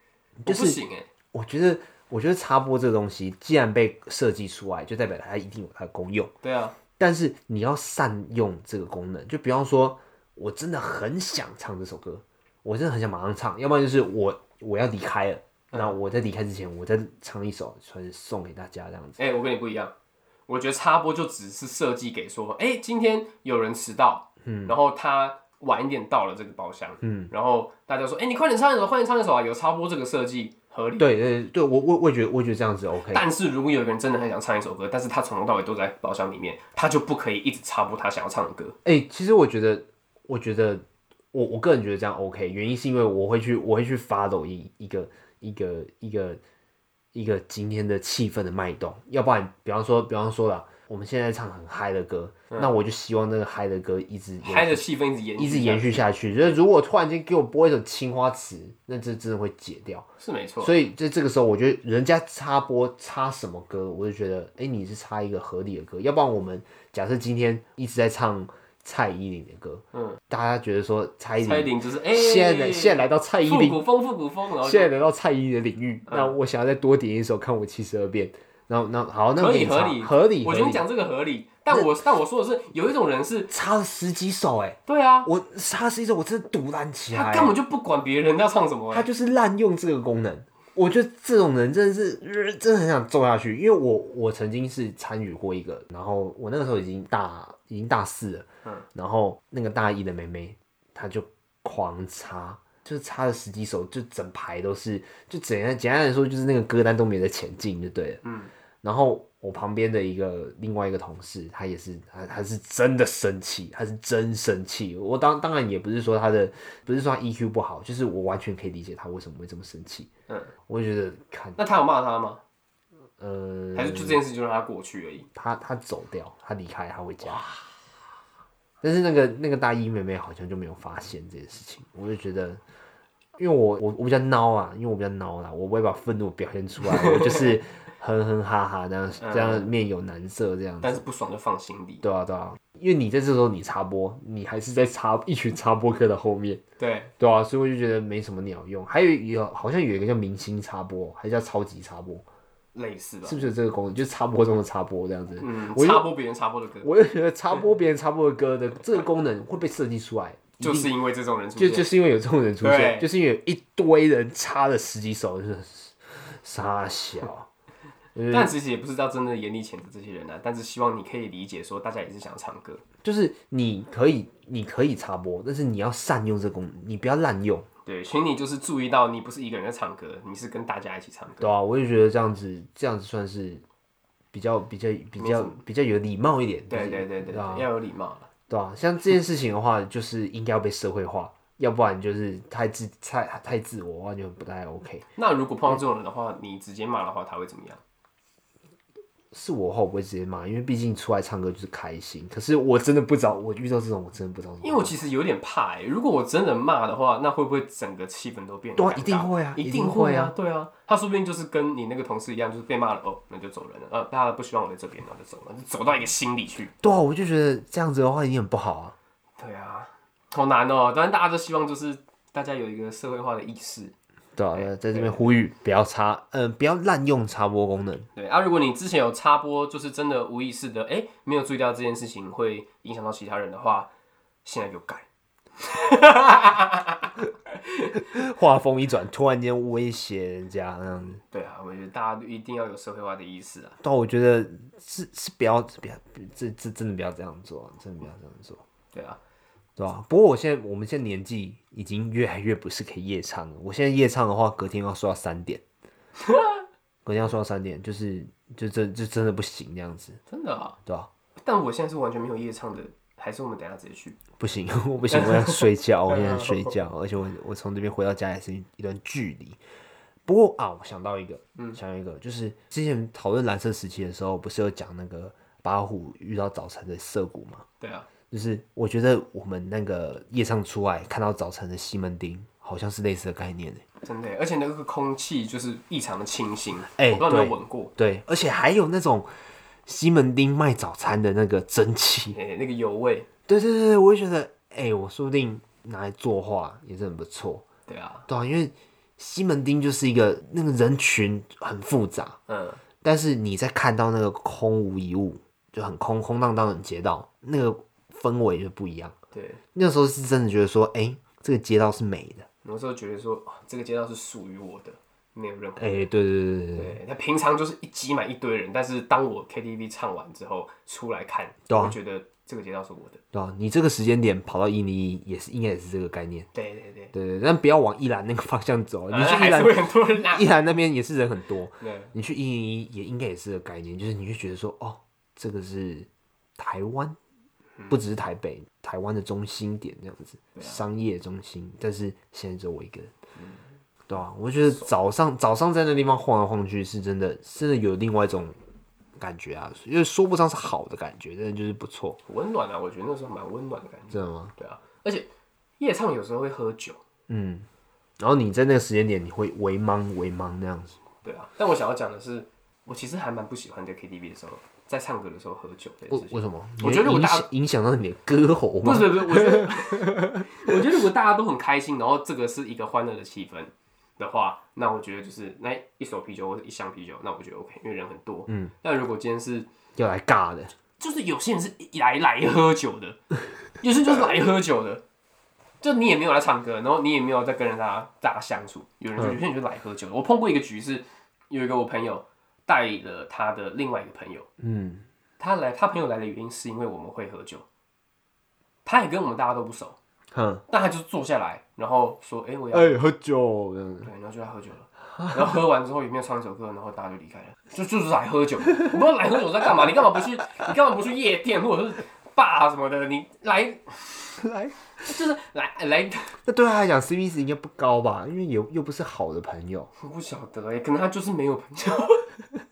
我
是
不行哎、
我觉得，我觉得插播这东西，既然被设计出来，就代表它一定有它的功用。
对啊，
但是你要善用这个功能，就比方说，我真的很想唱这首歌，我真的很想马上唱，要不然就是我我要离开了，那我在离开之前，我再唱一首，算是送给大家这样子。
哎、我跟你不一样，我觉得插播就只是设计给说，哎、今天有人迟到，嗯，然后他晚一点到了这个包厢，嗯，然后大家说，哎、你快点唱一首，快点唱一首啊，有插播这个设计合理。
对对对，我我我也觉得我也觉得这样子 OK。
但是如果有一个人真的很想唱一首歌，但是他从头到尾都在包厢里面，他就不可以一直插播他想要唱的歌。
哎、其实我觉得，我觉得我我个人觉得这样 OK，原因是因为我会去我会去 follow 一一个一个一个一个今天的气氛的脉动，要不然比方说比方说啦，我们现在唱很嗨的歌，那我就希望那个嗨的歌一直
嗯嗨的气氛一直延续
一直延续下去。就是如果突然间给我播一首《青花瓷》，那这真的会解掉。
是没错，
所以在这个时候，我觉得人家插播插什么歌，我就觉得，哎、你是插一个合理的歌，要不然我们假设今天一直在唱蔡依林的歌，嗯，大家觉得说蔡依
蔡依
林
林哎就是哎，
现在现在来到蔡依
复
林，
古风复古风，然后就
现在来到蔡依林的领域，
嗯
那我想要再多点一首《看我七十二变》，然后那好，那
可
给
以
你
合
插
理
合理，
我觉得
合
你
理
讲这个合理，但我但我说的是有一种人是，
插了十几首、哎，
对啊，
我插十几首，我真的堵烂起来、
他
哎
根本就不管别人要唱什么，
他就是滥用这个功能。我觉得这种人真的是，呃真的很想揍下去。因为我我曾经是参与过一个，然后我那个时候已经大已经大四了，
嗯
然后那个大一的妹妹，她就狂插，就是插了十几首，就整排都是，就简单简单来说，就是那个歌单都没得前进就对了。
嗯，
然后我旁边的一个另外一个同事，他也是，他他是真的生气，他是真生气。我当当然也不是说他的，不是说他 EQ 不好，就是我完全可以理解他为什么会这么生气。
嗯，
我就觉得看，
那他有骂他吗？
呃，
还是就这件事就让他过去而已？
他他走掉，他离开，他回家。但是那个那个大一妹妹好像就没有发现这件事情，我就觉得因为我我我比较孬啊，因为我比较孬啦，我不会把愤怒表现出来，我就是 哼哼哈哈这样这样面有难色这样
但
子。
是不爽就放心里。
对啊对啊，因为你在这时候你插播，你还是在插一群插播客的后面，
对，
对啊，所以我就觉得没什么鸟用。还有有好像有一个叫明星插播，还叫超级插播，
类似吧
是。不是有这个功能？就是插播中的插播这样子。
嗯，
我就
插播别人插播的歌，
我就觉得插播别人插播的歌的这个功能会被设计出来，一定
就是因为这种人出
就
现。
就是因为有这种人出现，
对
就是因为有一堆人插了十几首， 就是傻小。
但其实也不是要真的严厉谴责这些人啊，但是希望你可以理解，说大家也是想唱歌。
就是你可以，你可以插播，但是你要善用这功能，你不要滥用，
对，请你就是注意到，你不是一个人在唱歌，你是跟大家一起唱歌。
对啊，我就觉得这样子，这样子算是比较比较比较比较有礼貌一点。
对
就是
对对对，
对啊
要有礼貌了。
对啊，像这件事情的话，就是应该要被社会化，要不然就是太自太太自我，完全不太 OK。
那如果碰到这种人的话，你直接骂的话，他会怎么样？
是我的话，我不会直接骂，因为毕竟出来唱歌就是开心。可是我真的不知道，我遇到这种我真的不知道怎么办。
因为我其实有点怕哎、如果我真的骂的话，那会不会整个气氛都变得
对
尴尬
啊一定会啊
一
一定
会
会啊，
对啊，他说不定就是跟你那个同事一样，就是被骂了哦，那就走人了，呃，他不希望我在这边，那就走了，就走到一个心里去。
对啊，我就觉得这样子的话已经很不好啊。
对啊，好难哦、当然大家都希望就是大家有一个社会化的意识。
对啊，在这边呼吁不要插，嗯、不要滥用插播功能。
对啊，如果你之前有插播，就是真的无意识的，哎、没有注意到这件事情会影响到其他人的话，现在就改。
话锋一转，突然间威胁人家那样子。
对啊，我觉得大家都一定要有社会化的意识啊。
但我觉得是是不要不要，这这真的不要这样做，真的不要这样做，
对啊，
对吧、不过我现在我们现在年纪已经越来越不是可以夜唱了。我现在夜唱的话，隔天要睡到三点，隔天要睡到三点，就是就真就真的不行这样子，
真的啊。
对吧、
但我现在是完全没有夜唱的，还是我们等一下直接去？
不行， 我不行，我要睡觉，我现在睡觉，而且我我从这边回到家也是一段距离。不过啊，我想到一个，想到一个，就是之前讨论蓝色时期的时候，不是有讲那个八虎遇到早晨的涩谷吗？
对啊，
就是我觉得我们那个夜唱出来看到早晨的西门町，好像是类似的概念欸
真的耶，而且那个空气就是异常的清新。
哎
我不知道你有没有
对
闻过，
对，而且还有那种西门町卖早餐的那个蒸汽，
哎、那个油味。
对对对对，我就觉得，哎、我说不定拿来作画也是很不错。
对啊，
对啊，因为西门町就是一个那个人群很复杂，
嗯，
但是你在看到那个空无一物，就很空空荡荡的街道，那个氛围就不一样。
对。
那时候是真的觉得说，哎、这个街道是美的。
有时候觉得说，啊这个街道是属于我的，没有任何。
哎、对对对对对，
对，那平常就是一挤满一堆人，但是当我 KTV 唱完之后出来看，
对啊
我觉得这个街道是我的。
对啊，你这个时间点跑到一零一也是应该也是这个概念。
对对对，
对对，对但不要往一兰那个 方向走，你去
呃
一
还是
兰
会很多人拉。
一兰那边也是人很多，
对
你去一零一也应该也是个概念，就是你就觉得说，哦，这个是台湾，
嗯
不只是台北，台湾的中心点这样子，
啊
商业中心。但是现在只有我一个人，
嗯
对啊，我觉得早上早上在那地方晃来晃去，是真的，真的有另外一种感觉啊，因为说不上是好的感觉，但是就是不错，
温暖啊，我觉得那时候蛮温暖的感觉。
真的吗？
对啊，而且夜唱有时候会喝酒。
嗯，然后你在那个时间点，你会围茫围茫那样子。
对啊，但我想要讲的是，我其实还蛮不喜欢在 KTV 的时候，在唱歌的时候喝酒这件
为
事情。
为什么？
我觉得我
影
大
响影响到你的歌喉
不
吗？
是不是，我觉得 我觉得如果大家都很开心，然后这个是一个欢乐的气氛的话，那我觉得就是那一手啤酒或者一箱啤酒，那我觉得 OK，因为人很多。嗯，但如果今天是
要来尬的。
就是有些人是一来来喝酒的，有些人就是来喝酒的，就你也没有来唱歌，然后你也没有在跟人家大家相处，有人就有些人就来喝酒的。我碰过一个局是有一个我朋友带了他的另外一个朋友，
嗯，
他来他朋友来的原因是因为我们会喝酒，他也跟我们大家都不熟，
哼，
但他就坐下来，然后说：“哎、我要。
哎、喝 酒这样子
对，然后就来喝酒了。 然后喝完之后也没有唱一首歌，然后大家就离开了，就就是来喝酒。我不知道来喝酒在干嘛，你干嘛不去？你干嘛不去夜店或者是 bar 什么的？你来
来，
就是来来，
哎那对他来讲 CP 值应该不高吧？因为又又不是好的朋友，
我不晓得哎、可能他就是没有朋友，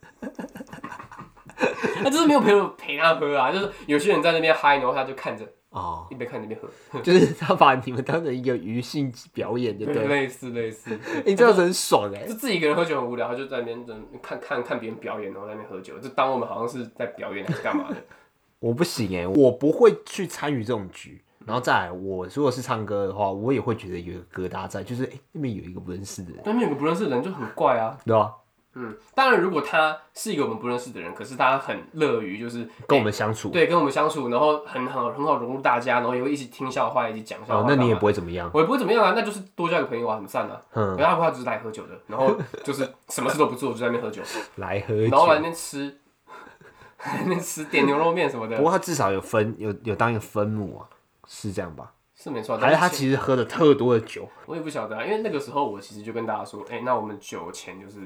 他就是没有朋友陪他喝啊。就是有些人在那边嗨，然后他就看着，
哦，
一边看一边喝，
就是他把你们当成一个娱性表演，对不对？
类似类似，
你这样子很爽哎、
就自己一个人喝酒很无聊，他就在那边嗯看看看别人表演，然后在那边喝酒，就当我们好像是在表演还是干嘛的。
我不行哎、我不会去参与这种局。然后再来，我如果是唱歌的话，我也会觉得有一个疙瘩在，就是哎、那边有一个不认识的人，
对面有个不认识的人就很怪啊，
对吧、
嗯，当然如果他是一个我们不认识的人，可是他很乐于就是哎
跟我们相处，
对跟我们相处，然后很好很好融入大家，然后也会一起听笑话，一起讲笑话
哦，
干嘛。
那你也不会怎么样，
我也不会怎么样啊，那就是多交个朋友啊，很赞啊。
嗯
然后他他只是来喝酒的，然后就是什么事都不做，就在那边 喝酒，
来喝
然后来那
酒。
边吃， 来那边吃点牛肉面什么的
不，过他至少有分有有当一个分母啊，是这样吧？
是没错。
还是他
但是
其实喝的特多的酒，
我也不晓得、啊，因为那个时候我其实就跟大家说，哎、那我们酒钱就是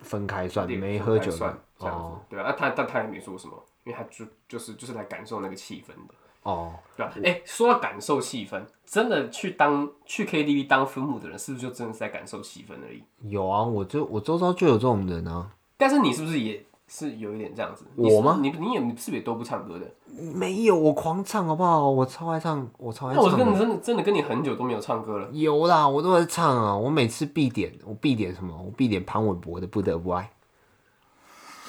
分开算，
列
没
出
喝
来
酒的
算这样子，
哦
对啊，啊他但他也没说什么，因为他就就是就是来感受那个气氛的。
哦，
对吧？哎、说到感受气氛，真的去当去 KTV 当分母的人，是不是就真的是在感受气氛而已？
有啊，我就我周遭就有这种人啊，
但是你是不是也是有一点这样子？
我吗
你是你你也你是不是也都不唱歌的？
没有我狂唱好不好？我超爱唱，我超爱
那我
唱
跟你
的。
真的真的跟你很久都没有唱歌了。
有啦，我都在唱啊！我每次必点，我必点什么？我必点潘玮柏的《不得不爱》。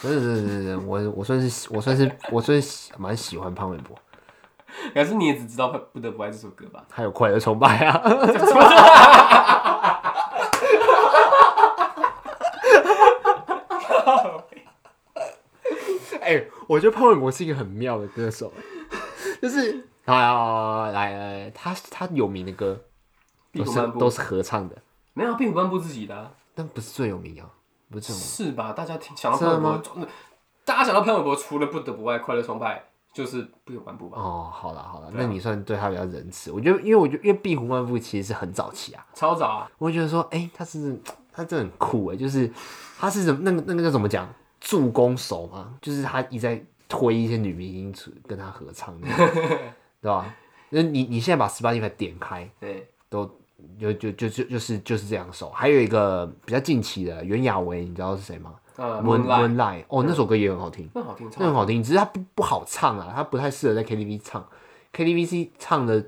不是不是不是不是，我我算是我算是我算是蛮喜欢潘玮柏，
可是你也只知道不得不爱这首歌吧？
还有《快乐崇拜》啊。 哎、我觉得潘玮柏是一个很妙的歌手，欸 就是啊，来来，他他有名的歌
壁
都
虎
是
漫步
都是合唱的，
没有，壁虎漫步自己的啊、
但不是最有名啊，不是最有名。
是吧？大家听想到
啊
潘玮柏，大家想到潘玮柏，除了不得不爱、快乐崇拜，就是壁虎漫步吧？
哦，好了好了，那你算对他比较仁慈。我觉得，因为我觉得，因为壁虎漫步其实是很早期啊，
超早啊！
我会觉得说，哎、他是他真的很酷哎，就是他是怎么那个那个叫怎么讲，助攻手嘛，就是他一直在推一些女明星出跟他合唱那种，对吧？那你你现在把 Spotify 点开，
对，
都就就就就就是就是这两首，还有一个比较近期的袁娅维，你知道是谁吗
呃，
？Moon
文莱
Moonlight，哦，那首歌也很好听，
那好听，超
那很好听，只是它不不好唱啊，它不太适合在 KTV 唱。KTV 是唱的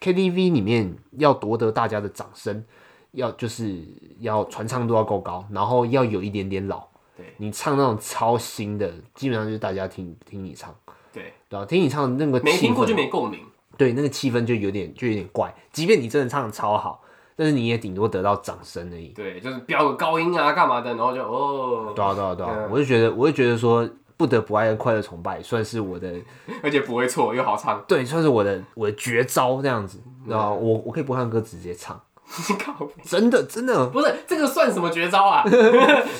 KTV 里面要夺得大家的掌声，要就是要传唱度要够高，然后要有一点点老。
对
你唱那种超新的，基本上就是大家听听你唱，
对，
对吧、啊听你唱的那个
没
气
听过
氛
就没共鸣。
对，那个气氛就有点就有点怪。即便你真的唱的超好，但是你也顶多得到掌声而已。
对，就是飙个高音啊，干嘛的，然后就哦，
对啊，对啊，对啊！
嗯
我就觉得，我就觉得说，不得不爱的快乐崇拜算是我的，
而且不会错，又好唱，
对，算是我的我的绝招这样子，对吧、
嗯
我我可以不看歌直接唱，
靠北！
真的真的
不是这个算什么绝招 啊？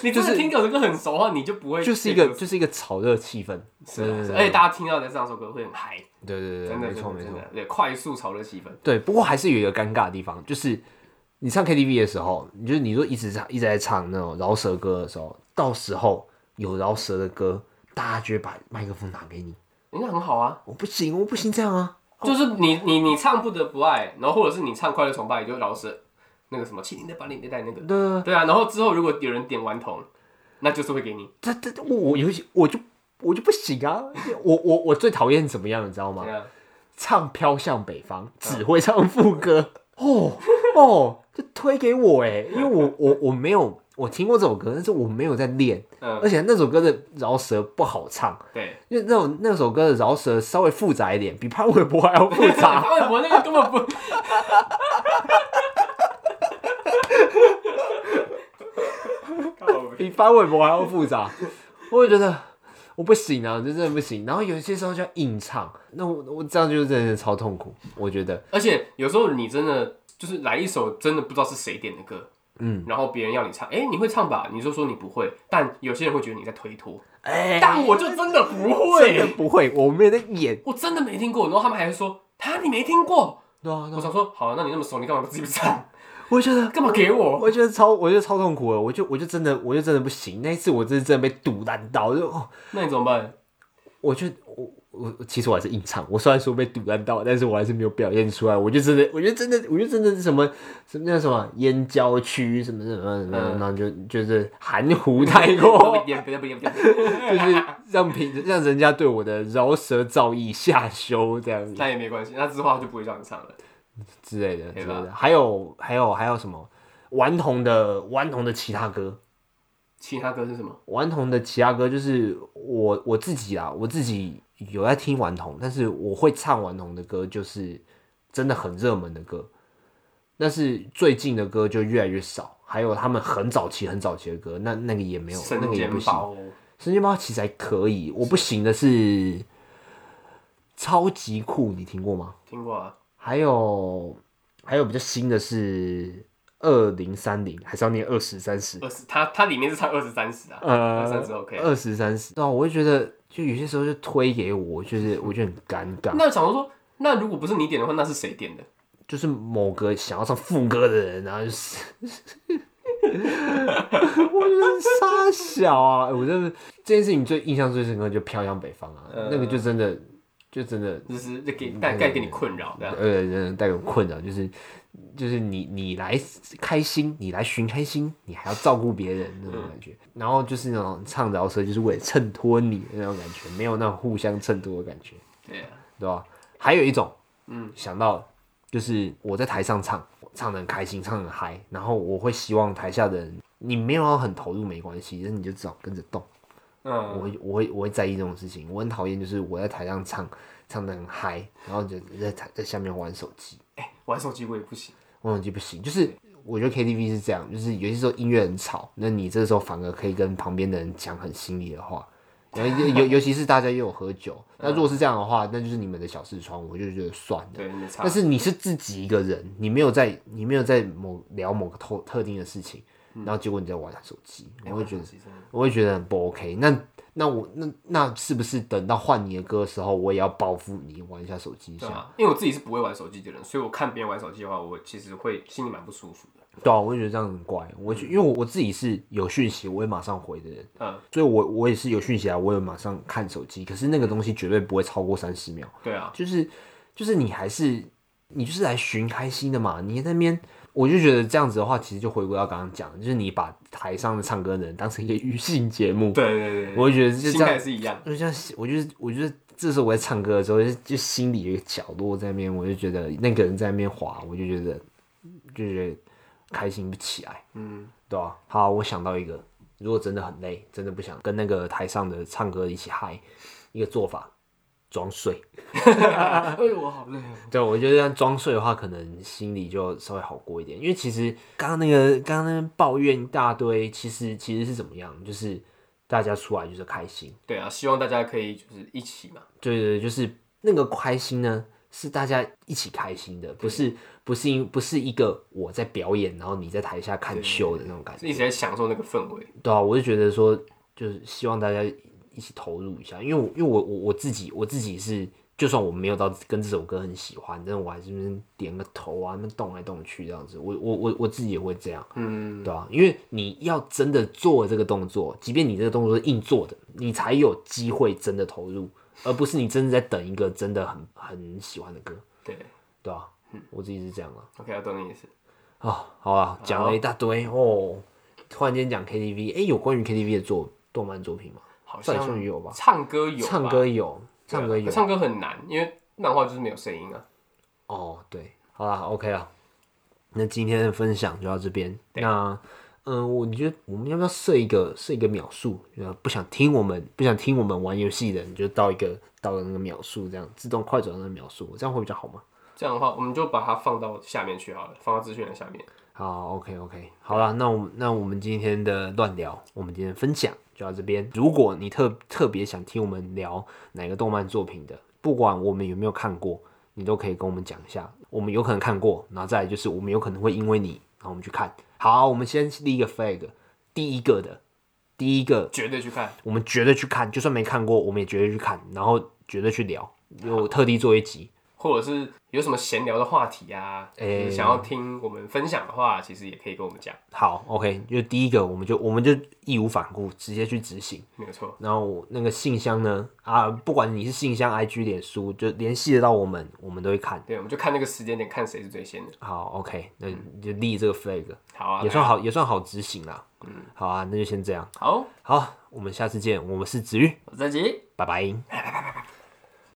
你就是听这首歌很熟啊，你就不会
就是一个就是一个炒热气氛，
是啊，是啊
对
而且大家听到的这两首歌会很嗨，
对对对，对
真的
没错
真的
没错
真，的对，快速炒热气氛。
对。不过还是有一个尴尬的地方，就是你唱 KTV 的时候，你就是你说一直唱一直在唱那种饶舌歌的时候，到时候有饶舌的歌，大家就会把麦克风拿给你，
人家很好啊，
我不行，我不行这样啊。
就是你你你唱不得不爱，然后或者是你唱快乐崇拜，就老是那个什么七零的八零的带那个，
对对对
对啊，然后之后如果有人点顽童，那就是会给你，
他他我我有些我就我就不行啊！我我我最讨厌怎么样，你知道吗
这？样
唱《飘向北方》，只会唱副歌，嗯 哦哦，就推给我哎，因为 我我我没有我听过这首歌，但是我没有在练，
嗯
而且那首歌的饶舌不好唱，
对。
因为那种那首歌的饶舌稍微复杂一点，比潘玮柏还要复杂。
潘玮柏那个根本不，靠北
比潘玮柏还要复杂，我会觉得我不行啊，这真的不行。然后有些时候就要硬唱，那我我这样就真的超痛苦，我觉得。
而且有时候你真的就是来一首真的不知道是谁点的歌，
嗯，
然后别人要你唱，哎、你会唱吧？你就说你不会，但有些人会觉得你在推脱，
哎、
但我就真的不
真的
会，
不会，我没有在演。
我真的没听过。然后他们还会说，他你没听过？
对啊，
我想说，好、那你那么熟，你干嘛不自己唱？
我觉得
干嘛给我？
我觉得超，我觉得超痛苦了，我就我就真的，我就真的不行。那一次我真的真的被堵烂到，就哦，
那你怎么办？
我就我我我其实我还是硬唱，我虽然说被堵烂到，但是我还是没有表现出来。我就真的，我就真的，我就真的是什么什么那什么燕郊区什么什么什么，然后就就是含糊 太过，
不要不要不要不要，
就是让评让人家对我的饶舌造诣下修这样子
那也没关系，那之后他就不会让你唱了。
之类的之类
吧
的。还有还有还有什么顽童的顽童的其他歌，
其他歌是什么？
顽童的其他歌就是我我自己啊啦，我自己有在听顽童，但是我会唱顽童的歌，就是真的很热门的歌。但是最近的歌就越来越少，还有他们很早期很早期的歌，那那个也没有，那
神
个也
肩
不行。
包，
神剑包其实还可以，我不行的是超级酷，你听过吗？
听过啊？
还有还有比较新的是二零三零，还是要念二十三十？
二十，他他里面是唱二十三十啊，
呃
二十三十 OK 啊。
二十三十，对啊，我会觉得就有些时候就推给我，就是我就很尴尬，
那想说，那如果不是你点的话，那是谁点的？
就是某个想要唱副歌的人，然后就是， 我觉得傻小啊，我真的这件事情最印象最深刻就《飘扬北方》啊，
呃
那个就真的就真的
就是就
嗯
给带带给你困扰这样。
呃人带有困扰，就是就是你你来开心，你来寻开心，你还要照顾别人那种感觉，然后就是那种唱饶舌，就是为了衬托你的那种感觉，没有那种互相衬托的感觉。
对啊，
对吧、还有一种，
嗯，
想到了就是我在台上唱，唱的很开心，唱得很嗨，然后我会希望台下的人，你没有要很投入没关系，但你就至少跟着动。我
嗯，
会我会我会在意这种事情，我很讨厌就是我在台上唱，唱的很嗨，然后就在台在下面玩手机，
玩手机我也不行。
玩手机不行，就是。我觉得 KTV 是这样，就是有些时候音乐很吵，那你这时候反而可以跟旁边的人讲很心里的话，然后尤尤其是大家又有喝酒，
嗯
那如果是这样的话，那就是你们的小视窗，我就觉得算了。
对，没差
但。是你是自己一个人，你没有在你没有在某聊某个特特定的事情，
嗯
然后结果你在玩手机，我会觉得啊
手机真的
我会觉得很不 OK。那那我那那是不是等到换你的歌的时候，我也要报复你玩一下手机一
对
下？
啊，因为我自己是不会玩手机的人，所以我看别人玩手机的话，我其实会心里蛮不舒服的。
对啊，我会觉得这样很怪。我就因为我我自己是有讯息我会马上回的人，
嗯，
所以我我也是有讯息啊，我有马上看手机，可是那个东西绝对不会超过三十秒。
对啊，
就是就是你还是你就是来寻开心的嘛，你在那边。我就觉得这样子的话，其实就回归到刚刚讲的，就是你把台上的唱歌人当成一个 娱性节目，
对对对对，
我就觉得就
心
这
态
样，
是一样。
就像我就是我就是这时候我在唱歌的时候，就就心里有一个角落在那边，我就觉得那个人在那边滑，我就觉得就觉得开心不起来。
嗯，
对啊，好，我想到一个，如果真的很累，真的不想跟那个台上的唱歌一起嗨，一个做法，装睡。
哎呦，我好累哦。
对，我觉得这样装睡的话，可能心里就稍微好过一点。因为其实刚刚那个刚刚那个抱怨一大堆，其实其实是怎么样？就是大家出来就是开心，
对啊，希望大家可以就是一起嘛。
对对，对就是那个开心呢，是大家一起开心的，不是不是因不是一个我在表演，然后你在台下看秀的那种感
一
觉。
直在享受那个氛围。
对啊，我就觉得说，就是希望大家一起投入一下，因为我因为我我我自己我自己是，就算我没有到跟这首歌很喜欢，但是我还是那边点个头啊，那边动来动去这样子，我我我我自己也会这样，
嗯，
对啊，因为你要真的做这个动作，即便你这个动作是硬做的，你才有机会真的投入，而不是你真的在等一个真的很很喜欢的歌，
对。
对啊，我自己是这样啊。
OK，我懂你意思。
啊、好啊，讲了一大堆哦，突然间讲 KTV，哎、有关于 KTV 的作动漫作品吗？
好
算
像
也算有吧，
唱歌有吧，
唱歌有，唱歌
对啊
有，
唱歌很难，因为漫画就是没有声音啊。
哦，对，好啦 o k 啊，那今天的分享就到这边。那嗯，我觉得我们要不要设一个设一个秒数？呃，不想听我们不想听我们玩游戏的，你就到一个到了那个秒数，这样自动快转到那个秒数，这样会比较好吗？
这样的话，我们就把它放到下面去好了，放到资讯栏下面。
好，OK OK，好啦，那我们那我们今天的乱聊，我们今天的分享就到这边。如果你特特别想听我们聊哪个动漫作品的，不管我们有没有看过，你都可以跟我们讲一下。我们有可能看过，然后再来就是我们有可能会因为你，然后我们去看。好，我们先立一个 flag，第一个的，第一个
绝对去看，
我们绝对去看，就算没看过，我们也绝对去看，然后绝对去聊。有特地做一集，
或者是有什么闲聊的话题啊，
哎
就是想要听我们分享的话，其实也可以跟我们讲，
好，OK，就第一个，我们就我们就义无反顾，直接去执行。
没有错。
然后我那个信箱呢，啊，不管你是信箱、IG、脸书，就联系得到我们，我们都会看。
对，我们就看那个时间点，看谁是最先的。
好，OK，那就立这个 flag，
好啊，
也算好，也算好执行啦。嗯，好啊，那就先这样。
好，
好，我们下次见。我们是子玉，
我是郑吉。
拜拜。
拜拜。